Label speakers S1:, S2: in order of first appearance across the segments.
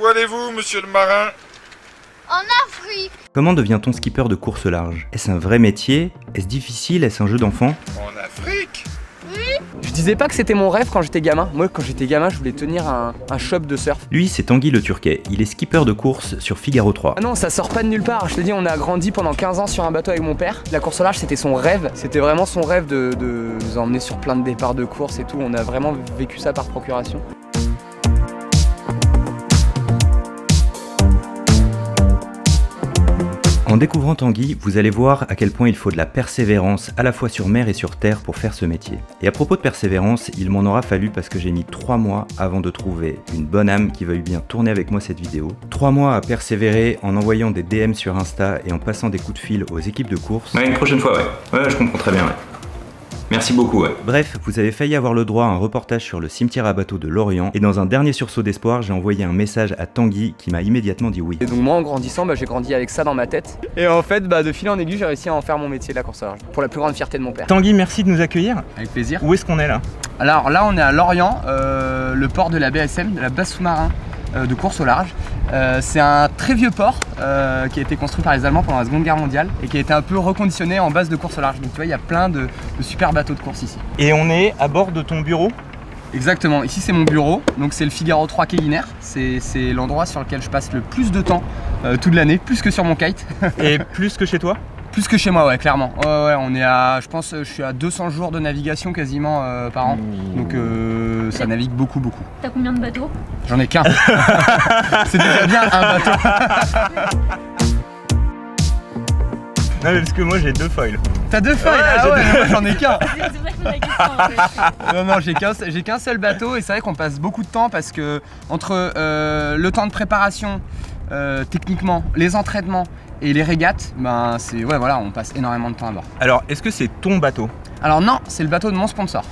S1: Où allez-vous, monsieur le marin
S2: En Afrique
S3: Comment devient-on skipper de course large Est-ce un vrai métier Est-ce difficile Est-ce un jeu d'enfant
S1: En Afrique
S4: Je disais pas que c'était mon rêve quand j'étais gamin. Moi, quand j'étais gamin, je voulais tenir un, un shop de surf.
S3: Lui, c'est Tanguy le Turquet. Il est skipper de course sur Figaro 3.
S4: Ah non, ça sort pas de nulle part. Je te dis, on a grandi pendant 15 ans sur un bateau avec mon père. La course au large, c'était son rêve. C'était vraiment son rêve de, de nous emmener sur plein de départs de course et tout. On a vraiment vécu ça par procuration.
S3: En découvrant Tanguy, vous allez voir à quel point il faut de la persévérance à la fois sur mer et sur terre pour faire ce métier. Et à propos de persévérance, il m'en aura fallu parce que j'ai mis 3 mois avant de trouver une bonne âme qui veuille bien tourner avec moi cette vidéo. 3 mois à persévérer en envoyant des DM sur Insta et en passant des coups de fil aux équipes de course.
S5: Ouais, une prochaine fois, ouais. Ouais, je comprends très bien, ouais. Merci beaucoup, ouais.
S3: Bref, vous avez failli avoir le droit à un reportage sur le cimetière à bateaux de Lorient, et dans un dernier sursaut d'espoir, j'ai envoyé un message à Tanguy qui m'a immédiatement dit oui.
S4: Et donc, moi, en grandissant, bah, j'ai grandi avec ça dans ma tête. Et en fait, bah, de fil en aiguille, j'ai réussi à en faire mon métier de la course au large. Pour la plus grande fierté de mon père.
S3: Tanguy, merci de nous accueillir.
S4: Avec plaisir.
S3: Où est-ce qu'on est là
S4: Alors là, on est à Lorient, euh, le port de la BSM, de la base sous-marin euh, de course au large. Euh, c'est un très vieux port euh, qui a été construit par les Allemands pendant la Seconde Guerre mondiale et qui a été un peu reconditionné en base de course au large. Donc tu vois, il y a plein de, de super bateaux de course ici.
S3: Et on est à bord de ton bureau
S4: Exactement, ici c'est mon bureau, donc c'est le Figaro 3 Kéguinaire, c'est c'est l'endroit sur lequel je passe le plus de temps euh, toute l'année, plus que sur mon kite,
S3: et plus que chez toi
S4: plus que chez moi ouais clairement. Ouais, ouais, on est à, je pense, euh, je suis à 200 jours de navigation quasiment euh, par an, donc euh, ça navigue beaucoup beaucoup.
S2: T'as combien de bateaux
S4: J'en ai qu'un. c'est déjà bien un bateau.
S3: Non, mais parce que moi j'ai deux foils.
S4: T'as deux feuilles ah ouais, moi, j'en ai qu'un.
S2: C'est vrai que la question en fait.
S4: Non, non, j'ai qu'un j'ai qu'un seul bateau et c'est vrai qu'on passe beaucoup de temps parce que entre euh, le temps de préparation, euh, techniquement, les entraînements et les régates, ben c'est ouais voilà, on passe énormément de temps à bord.
S3: Alors, est-ce que c'est ton bateau
S4: Alors non, c'est le bateau de mon sponsor.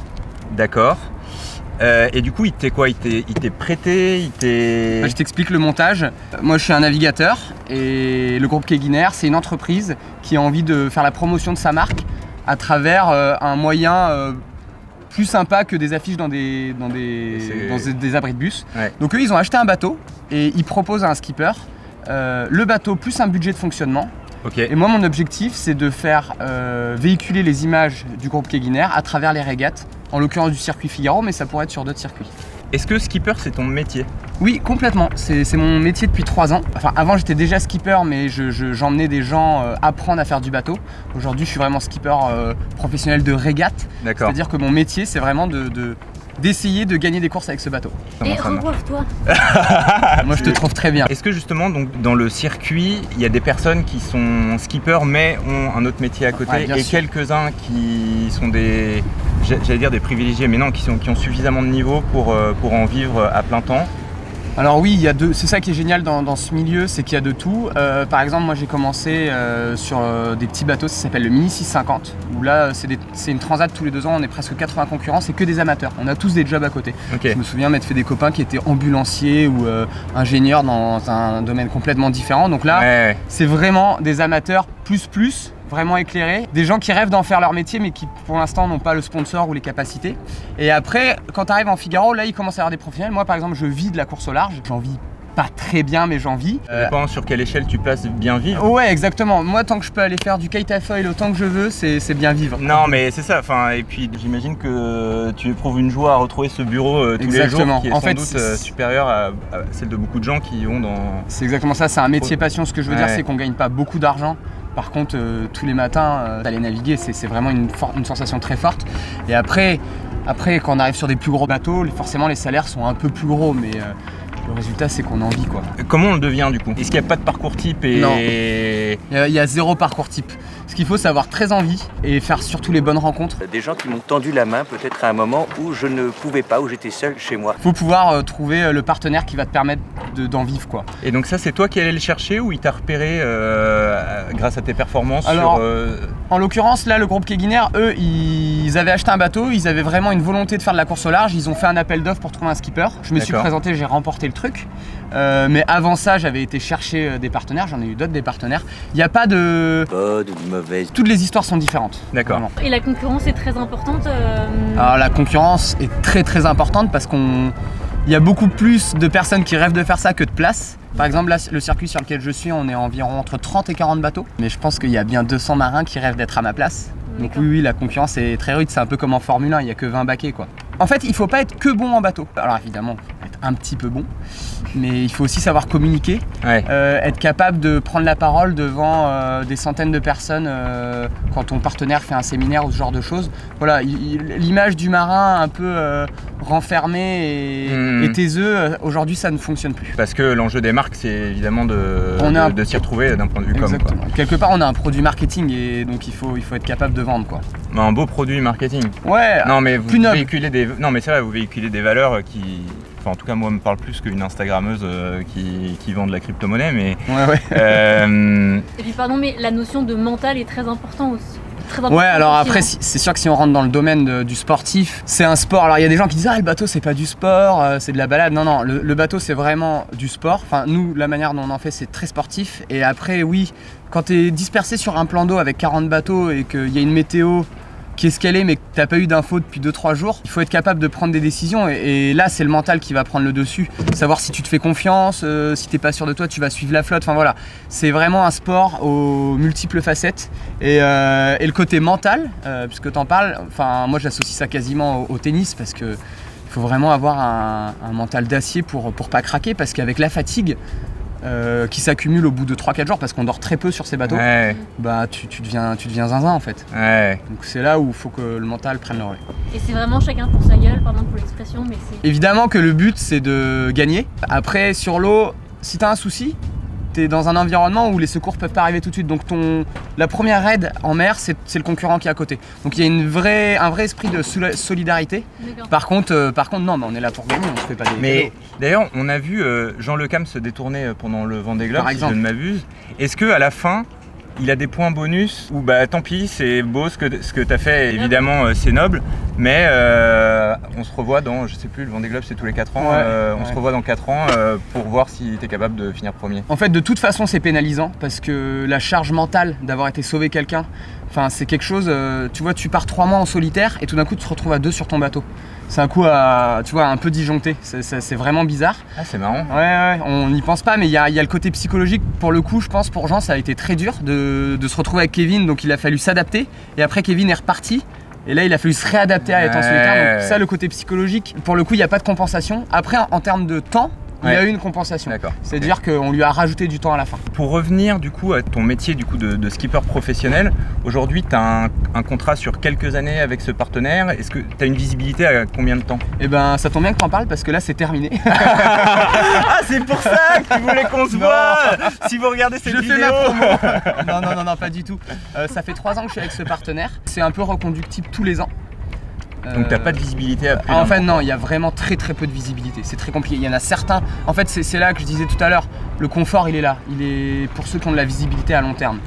S3: D'accord. Euh, et du coup, il t'est quoi Il t'est il t'est prêté Il t'est.
S4: Bah, je t'explique le montage. Moi, je suis un navigateur et le groupe Keguiner, c'est une entreprise qui a envie de faire la promotion de sa marque à travers euh, un moyen euh, plus sympa que des affiches dans des, dans des,
S5: C'est-
S4: dans des- des abris de bus.
S3: Ouais.
S4: Donc, eux, ils ont acheté un bateau et ils proposent à un skipper euh, le bateau plus un budget de fonctionnement.
S3: Ok.
S4: Et moi, mon objectif, c'est de faire euh, véhiculer les images du groupe Keguiner à travers les régates, en l'occurrence du circuit Figaro, mais ça pourrait être sur d'autres circuits.
S3: Est-ce que skipper c'est ton métier
S4: Oui, complètement. C'est c'est mon métier depuis 3 ans. Enfin, avant, j'étais déjà skipper, mais je- je- j'emmenais des gens euh, apprendre à faire du bateau. Aujourd'hui, je suis vraiment skipper euh, professionnel de régate.
S3: D'accord.
S4: C'est-à-dire que mon métier, c'est vraiment de. de- d'essayer de gagner des courses avec ce bateau.
S3: Comment
S2: Et
S3: ça marche
S2: revois-toi.
S4: Moi je te
S3: Ah, C'est-
S4: trouve très bien.
S3: Est-ce que justement donc dans le circuit, il y a des personnes qui sont skippers mais ont un autre métier à côté
S4: Ouais, bien
S3: et
S4: sûr.
S3: quelques-uns qui sont des j'a- j'allais dire des privilégiés mais non qui sont qui ont suffisamment de niveau pour euh, pour en vivre à plein temps.
S4: Alors oui, il y a deux. C'est ça qui est génial dans, dans ce milieu, c'est qu'il y a de tout. Euh, par exemple, moi j'ai commencé euh, sur euh, des petits bateaux, ça s'appelle le Mini 650, où là euh, c'est des- c'est une transat tous les deux ans, on est presque 80 concurrents, c'est que des amateurs. On a tous des jobs à côté.
S3: OK.
S4: Je me souviens m'être fait des copains qui étaient ambulanciers ou euh, ingénieurs dans un domaine complètement différent. Donc là,
S3: Ouais,
S4: c'est vraiment des amateurs plus plus, vraiment éclairés, des gens qui rêvent d'en faire leur métier mais qui pour l'instant n'ont pas le sponsor ou les capacités. Et après, quand tu arrives en Figaro, là, il commence à y avoir des professionnels. Moi, par exemple, je vis de la course au large. J'en vis pas très bien, mais j'en vis. Euh,
S3: ça dépend sur quelle échelle tu places bien vivre.
S4: Ouais, exactement. Moi, tant que je peux aller faire du kite à feuille autant que je veux, c'est c'est bien vivre.
S3: Non mais c'est ça, enfin et puis j'imagine que tu éprouves une joie à retrouver ce bureau euh, tous
S4: Exactement.
S3: les jours qui est
S4: En
S3: sans
S4: fait,
S3: doute
S4: c'est-
S3: euh, supérieure à, à celle de beaucoup de gens qui vont dans
S4: C'est exactement ça, c'est un métier passion. Ce que je veux dire,
S3: Ouais.
S4: c'est qu'on gagne pas beaucoup d'argent. Par contre, euh, tous les matins, euh, d'aller naviguer, c'est c'est vraiment une, for- une sensation très forte. Et après, après, quand on arrive sur des plus gros bateaux, les- forcément les salaires sont un peu plus gros, mais euh, le résultat, c'est qu'on en vit quoi.
S3: Comment on le devient du coup Est-ce qu'il n'y a pas de parcours type et
S6: Euh,
S4: Il y a- il y a zéro parcours type. Ce qu'il faut, c'est avoir très envie et faire surtout les bonnes rencontres.
S6: Des gens qui m'ont tendu la main peut-être à un moment où je ne pouvais pas, où j'étais seul chez moi.
S4: Faut pouvoir euh, trouver euh, le partenaire qui va te permettre de- d'en vivre quoi.
S3: Et donc ça, c'est toi qui allais le chercher ou il t'a repéré euh, grâce à tes performances
S4: Alors-
S3: sur, euh,
S4: En l'occurrence, là, le groupe Keguiner, eux, ils avaient acheté un bateau, ils avaient vraiment une volonté de faire de la course au large, ils ont fait un appel d'offres pour trouver un skipper. Je me suis
S3: D'accord.
S4: présenté, j'ai remporté le truc. Euh, mais avant ça, j'avais été chercher euh, des partenaires, j'en ai eu d'autres des partenaires. Il n'y a pas de.
S6: Bonne ou mauvaise.
S4: Toutes les histoires sont différentes.
S3: D'accord.
S4: Vraiment.
S2: Et la concurrence est très importante. euh,
S4: Ah, Alors, la concurrence est très très importante parce qu'on. Il y a beaucoup plus de personnes qui rêvent de faire ça que de places. Par exemple, là, le circuit sur lequel je suis, on est environ entre 30 et 40 bateaux. Mais je pense qu'il y a bien 200 marins qui rêvent d'être à ma
S2: euh,
S4: place. Donc oui, oui, la concurrence est très rude. C'est un peu comme en Formule 1, il n'y a que 20 baquets, quoi. En fait, il faut pas être que bon en bateau. Alors évidemment, faut être un petit peu bon, mais il faut aussi savoir communiquer,
S3: Ouais.
S4: euh, être capable de prendre la parole devant euh, des centaines de personnes euh, quand ton partenaire fait un séminaire ou ce genre de choses. Voilà, il- il- l'image du marin un peu euh, renfermé et,
S3: Mhm.
S4: et taiseux, euh, aujourd'hui ça ne fonctionne plus.
S3: Parce que l'enjeu des marques, c'est évidemment de,
S4: On
S3: de,
S4: a un-
S3: de s'y retrouver d'un point de vue com. quoi.
S4: Exactement. Quelque part, on a un produit marketing et donc il faut, il faut être capable de vendre quoi.
S3: Un beau produit marketing.
S4: Ouais,
S3: Non mais vous
S4: plus noble.
S3: véhiculez des non mais c'est vrai vous véhiculez des valeurs qui enfin en tout cas moi me parle plus qu'une instagrammeuse euh, qui, qui vend de la crypto-monnaie mais
S4: ouais, ouais.
S3: euh,
S2: Et puis pardon, mais la notion de mental est très importante aussi. Très importante
S4: Ouais, alors
S2: aussi,
S4: après,
S2: hein.
S4: si- c'est sûr que si on rentre dans le domaine de- du sportif, c'est un sport. Alors il y a des gens qui disent Ah, le bateau, c'est pas du sport, euh, c'est de la balade. Non, non, le, le bateau, c'est vraiment du sport. Enfin, nous, la manière dont on en fait, c'est très sportif. Et après, oui, quand t'es dispersé sur un plan d'eau avec 40 bateaux et qu'il y a une météo qui est ce qu'elle est, mais que t'as pas eu d'infos depuis 2-3 jours, il faut être capable de prendre des décisions. Et, et là, c'est le mental qui va prendre le dessus. Savoir si tu te fais confiance, euh, si t'es pas sûr de toi, tu vas suivre la flotte. Enfin voilà, c'est vraiment un sport aux multiples facettes. Et, euh, et le côté mental, euh, puisque t'en parles, enfin moi j'associe ça quasiment au, au tennis parce que il faut vraiment avoir un, un mental d'acier pour, pour pas craquer parce qu'avec la fatigue euh, qui s'accumule au bout de 3-4 jours parce qu'on dort très peu sur ces bateaux,
S3: ouais,
S4: bah tu, tu deviens, tu deviens zinzin en fait.
S3: ouais.
S4: Donc c'est là où il faut que le mental prenne le relais.
S2: hein. Et c'est vraiment chacun pour sa gueule, pardon pour l'expression, mais c'est.
S4: Évidemment que le but c'est de gagner. Après sur l'eau, si t'as un souci, t'es dans un environnement où les secours peuvent pas arriver tout de suite. Donc ton la première raid en mer, c'est c'est le concurrent qui est à côté. Donc il y a une vraie, un vrai esprit de soula- solidarité.
S2: D'accord.
S4: Par contre, euh, par contre non, mais on est là pour gagner, on se fait pas des.
S3: Mais
S4: cadeaux.
S3: d'ailleurs on a vu euh, Jean Le Cam se détourner euh, pendant le Vendée Globe
S4: Par
S3: si je
S4: exemple.
S3: ne m'abuse. Est-ce que à la fin il a des points bonus où bah tant pis c'est beau ce que ce que t'as fait évidemment euh, c'est noble mais euh, on se revoit dans je sais plus le Vendée Globe c'est tous les 4 ans
S4: Ouais,
S3: euh, on
S4: ouais.
S3: se revoit dans 4 ans euh, pour voir si t'es capable de finir premier.
S4: En fait, de toute façon, c'est pénalisant parce que la charge mentale d'avoir été sauvé quelqu'un, enfin, c'est quelque chose. euh, tu vois, tu pars trois mois en solitaire et tout d'un coup, tu te retrouves à deux sur ton bateau. C'est un coup à, tu vois, un peu disjoncté. C'est- C'est c'est vraiment bizarre.
S3: Ah c'est marrant.
S4: Ouais, ouais, on n'y pense pas, mais il y a, il y a le côté psychologique. Pour le coup, je pense pour Jean, ça a été très dur de, de se retrouver avec Kevin, donc il a fallu s'adapter. Et après, Kevin est reparti. Et là, il a fallu se réadapter à être en
S3: Ouais.
S4: solitaire. Donc, ça, le côté psychologique, pour le coup, il n'y a pas de compensation. Après, en, en termes de temps, il y a
S3: Ouais.
S4: eu une compensation.
S3: D'accord.
S4: C'est-à-dire qu'on lui a rajouté du temps à la fin.
S3: Pour revenir du coup à ton métier du coup de, de skipper professionnel, aujourd'hui tu as un, un contrat sur quelques années avec ce partenaire. Est-ce que tu as une visibilité à combien de temps
S4: Et ben, ça tombe bien que t'en parles parce que là, c'est terminé.
S3: Ah c'est pour ça que tu voulais qu'on se voit Si vous regardez cette
S4: Je fais
S3: vidéo Euh,
S4: ma promo. non, non, non, non, pas du tout. Euh, ça fait trois ans que je suis avec ce partenaire. C'est un peu reconductible tous les ans.
S3: Donc t'as
S4: Euh,
S3: pas de visibilité à plus
S4: Ah, en
S3: d'un
S4: fait,
S3: an.
S4: non, il y a vraiment très très peu de visibilité. C'est très compliqué. Il y en a certains. En fait, c'est c'est là que je disais tout à l'heure. Le confort, il est là. Il est pour ceux qui ont de la visibilité à long terme.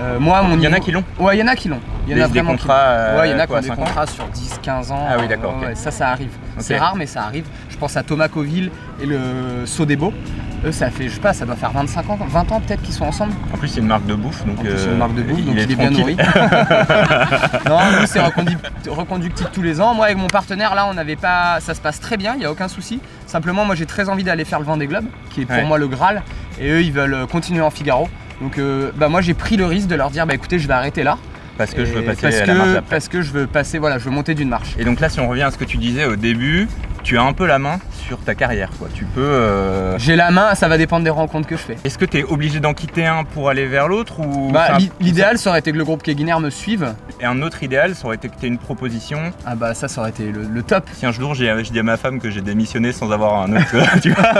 S4: Euh, moi, mon
S3: Il y en a
S4: niveau-
S3: qui l'ont
S4: Ouais, il y en a qui l'ont. Il y en
S3: Des-
S4: a
S3: des
S4: vraiment qui
S3: contrats,
S4: l'ont. Ouais, il y en
S3: euh,
S4: a qui
S3: quoi,
S4: ont des
S3: cinq ans
S4: contrats sur 10, 15 ans.
S3: Ah oui, d'accord,
S4: Ouais,
S3: ok.
S4: ouais, ça, ça arrive. C'est
S3: Ok.
S4: rare, mais ça arrive. Je pense à Thomas Coville et le Sodebo. Eux, ça fait, je sais pas, ça doit faire 25 ans, 20 ans peut-être qu'ils sont ensemble.
S3: En plus c'est une marque de bouffe donc
S4: En plus, c'est
S3: euh,
S4: une marque de bouffe, donc il est, bien nourri.
S3: tranquille.
S4: non, nous, c'est recondu- reconductible tous les ans. Moi, avec mon partenaire, là, on n'avait pas. Ça se passe très bien, il n'y a aucun souci. Simplement, moi, j'ai très envie d'aller faire le Vendée Globe, qui est pour
S3: Ouais.
S4: moi le Graal. Et eux, ils veulent euh, continuer en Figaro. Donc, euh, bah, moi, j'ai pris le risque de leur dire, bah, écoutez, je vais arrêter là.
S3: Parce que je veux
S4: Et
S3: passer
S4: parce
S3: à
S4: que,
S3: la marque d'après.
S4: Parce que je veux passer, voilà, je veux monter d'une marche.
S3: Et donc là si on revient à ce que tu disais au début, tu as un peu la main sur ta carrière quoi. Tu peux euh,
S4: J'ai la main, ça va dépendre des rencontres que je fais.
S3: Est-ce que tu es obligé d'en quitter un pour aller vers l'autre ou
S4: Bah,
S3: c'est un-
S4: l'i- L'idéal, ça aurait été que le groupe Keguiner me suive.
S3: Et un autre idéal, ça aurait été que tu aies une proposition.
S4: Ah, bah, ça, ça aurait été le, le top.
S3: Si un jour j'ai- je dis à ma femme que j'ai démissionné sans avoir un autre, euh, tu vois.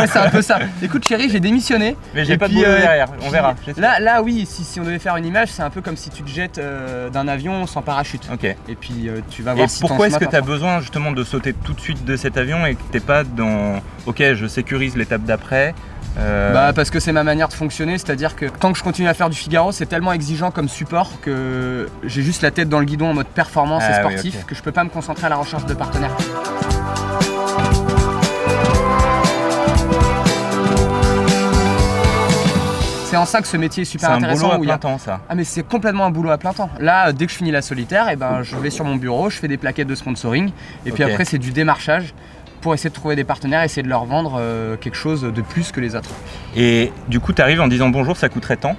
S4: Ouais, c'est un peu ça. Écoute, chérie, j'ai démissionné.
S3: Mais j'ai
S4: Et
S3: pas de
S4: puis,
S3: boulot
S4: euh,
S3: derrière, on verra. j'espère.
S4: Là, là oui, si, si on devait faire une image, c'est un peu comme si tu te jettes euh, d'un avion sans parachute.
S3: Ok. Et
S4: Et puis euh, tu vas voir si t'en
S3: pourquoi est-ce
S4: se
S3: que
S4: mate
S3: tu as
S4: encore.
S3: besoin justement de sauter tout de suite de cet avion et que t'es pas dans Ok, je sécurise l'étape d'après euh,
S4: Bah parce que c'est ma manière de fonctionner, c'est-à-dire que tant que je continue à faire du Figaro, c'est tellement exigeant comme support que j'ai juste la tête dans le guidon en mode performance et
S3: Ah oui,
S4: sportif
S3: ok.
S4: que je peux pas me concentrer à la recherche de partenaires. C'est en ça que ce métier est
S3: C'est
S4: super
S3: un
S4: intéressant
S3: boulot à
S4: où il y a
S3: plein temps ça.
S4: Ah mais c'est complètement un boulot à plein temps. Là, euh, dès que je finis la solitaire, eh ben, je vais sur mon bureau, je fais des plaquettes de sponsoring, et puis
S3: Ok.
S4: après c'est du démarchage pour essayer de trouver des partenaires, essayer de leur vendre euh, quelque chose de plus que les autres.
S3: Et du coup, t'arrives en disant bonjour, ça coûterait tant.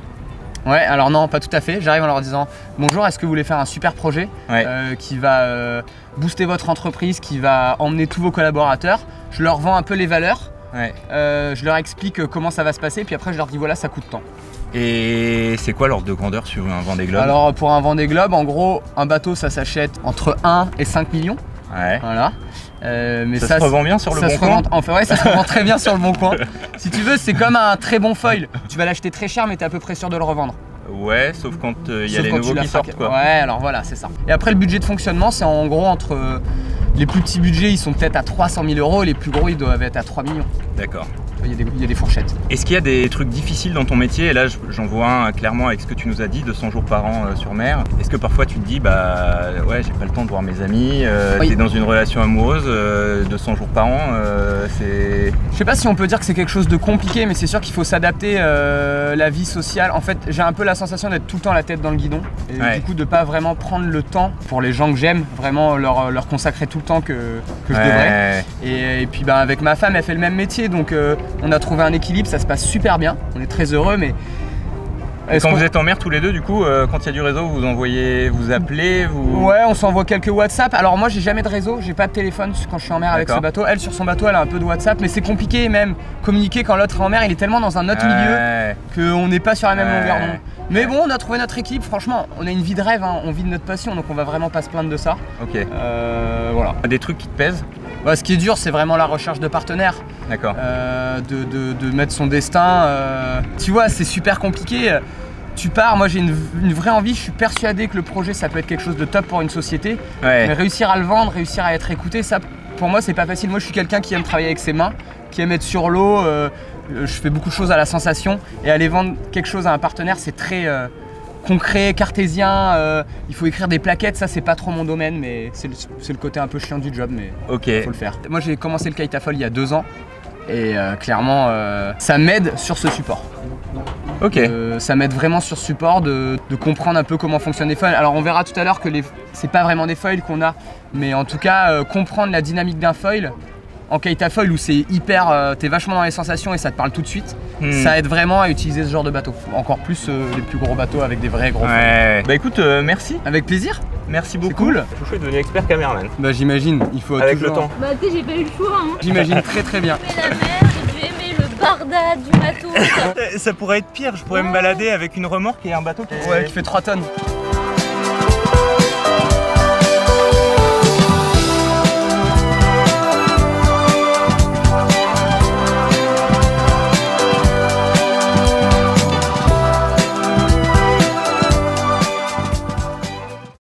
S4: Ouais, alors non, pas tout à fait. J'arrive en leur disant bonjour, est-ce que vous voulez faire un super projet
S3: Ouais.
S4: euh, qui va euh, booster votre entreprise, qui va emmener tous vos collaborateurs Je leur vends un peu les valeurs,
S3: Ouais.
S4: euh, je leur explique euh, comment ça va se passer, puis après je leur dis voilà, ça coûte tant.
S3: Et c'est quoi l'ordre de grandeur sur un Vendée Globe
S4: Alors pour un Vendée Globe, en gros, un bateau ça s'achète entre 1 et 5 millions.
S3: Ouais.
S4: Voilà. Euh, mais
S3: Ça,
S4: ça,
S3: se revend bien sur le
S4: ça
S3: bon
S4: se
S3: coin.
S4: revend- enfin, ouais, ça se revend très bien sur le bon coin. Si tu veux, c'est comme un très bon foil. Tu vas l'acheter très cher, mais t'es à peu près sûr de le revendre.
S3: Ouais, sauf quand euh, il y a
S4: Sauf
S3: les
S4: quand tu
S3: nouveaux
S4: la
S3: qui
S4: frappes.
S3: sortent quoi.
S4: Ouais, alors voilà, c'est ça. Et après, le budget de fonctionnement, c'est en gros entre. euh, Les plus petits budgets, ils sont peut-être à 300 000 euros, et les plus gros, ils doivent être à 3 millions.
S3: D'accord.
S4: Il y a des, il y a des fourchettes.
S3: Est-ce qu'il y a des trucs difficiles dans ton métier Et là, je- j'en vois un euh, clairement avec ce que tu nous as dit, 200 jours par an euh, sur mer. Est-ce que parfois tu te dis, bah ouais, j'ai pas le temps de voir mes amis, euh,
S4: Oui.
S3: t'es dans une relation amoureuse, euh, 200 jours par an, euh, c'est.
S4: Je sais pas si on peut dire que c'est quelque chose de compliqué, mais c'est sûr qu'il faut s'adapter euh, la vie sociale. En fait, j'ai un peu la sensation d'être tout le temps la tête dans le guidon et
S3: Ouais.
S4: du coup de pas vraiment prendre le temps pour les gens que j'aime, vraiment leur, euh, leur consacrer tout le temps que, que je devrais.
S3: Ouais.
S4: Et, et puis bah, avec ma femme, elle fait le même métier, donc euh, on a trouvé un équilibre, ça se passe super bien, on est très heureux, mais
S3: Et
S4: Est-ce
S3: quand
S4: qu'on-
S3: vous êtes en mer tous les deux, du coup, euh, quand il y a du réseau, vous envoyez, vous appelez, vous.
S4: Ouais, on s'envoie quelques WhatsApp. Alors moi, j'ai jamais de réseau, j'ai pas de téléphone quand je suis en mer avec
S3: D'accord.
S4: ce bateau. Elle sur son bateau, elle a un peu de WhatsApp, mais c'est compliqué même communiquer quand l'autre est en mer. Il est tellement dans un autre milieu
S3: Ouais.
S4: qu'on n'est pas sur la même
S3: Ouais.
S4: longueur d'onde. Mais bon, on a trouvé notre équipe. Franchement, on a une vie de rêve, hein. on vit de notre passion, donc on va vraiment pas se plaindre de ça.
S3: Ok. Ah,
S4: Euh, voilà.
S3: Des trucs qui te pèsent
S4: Bah, ce qui est dur, c'est vraiment la recherche de partenaires,
S3: D'accord.
S4: euh, de, de- de mettre son destin. euh, Tu vois, c'est super compliqué. Tu pars, moi j'ai une, une vraie envie, je suis persuadé que le projet ça peut être quelque chose de top pour une société. Mais
S3: Ouais.
S4: réussir à le vendre, réussir à être écouté, ça pour moi c'est pas facile. Moi je suis quelqu'un qui aime travailler avec ses mains, qui aime être sur l'eau, euh, euh, je fais beaucoup de choses à la sensation et aller vendre quelque chose à un partenaire c'est très euh, concret, cartésien, euh, il faut écrire des plaquettes, ça c'est pas trop mon domaine mais c'est le, c'est le côté un peu chiant du job mais
S3: Ok.
S4: faut le faire. Moi j'ai commencé le kiteafol il y a deux ans et euh, clairement euh, ça m'aide sur ce support.
S3: Ok.
S4: Euh, ça m'aide vraiment sur ce support de, de comprendre un peu comment fonctionnent les foils. Alors on verra tout à l'heure que les, c'est pas vraiment des foils qu'on a, mais en tout cas euh, comprendre la dynamique d'un foil en kite à foil où c'est hyper, euh, t'es vachement dans les sensations et ça te parle tout de suite.
S3: Hmm.
S4: Ça aide vraiment à utiliser ce genre de bateau. Encore plus euh, les plus gros bateaux avec des vrais gros. foils.
S3: Ouais. Bah écoute, euh, merci.
S4: Avec plaisir.
S3: Merci
S4: C'est
S3: beaucoup.
S4: cool.
S5: Chouchou est devenu expert caméraman.
S4: Bah j'imagine. Il faut
S5: Avec
S4: toujours-
S5: le temps.
S2: Bah, tu sais, j'ai pas eu le choix, hein.
S4: J'imagine très très bien.
S2: J'ai aimé la mer, j'ai dû aimer le barda du matos.
S3: Eh, Ça pourrait être pire, je pourrais me balader avec une remorque et un bateau qui.
S4: Ouais, qui fait 3 tonnes.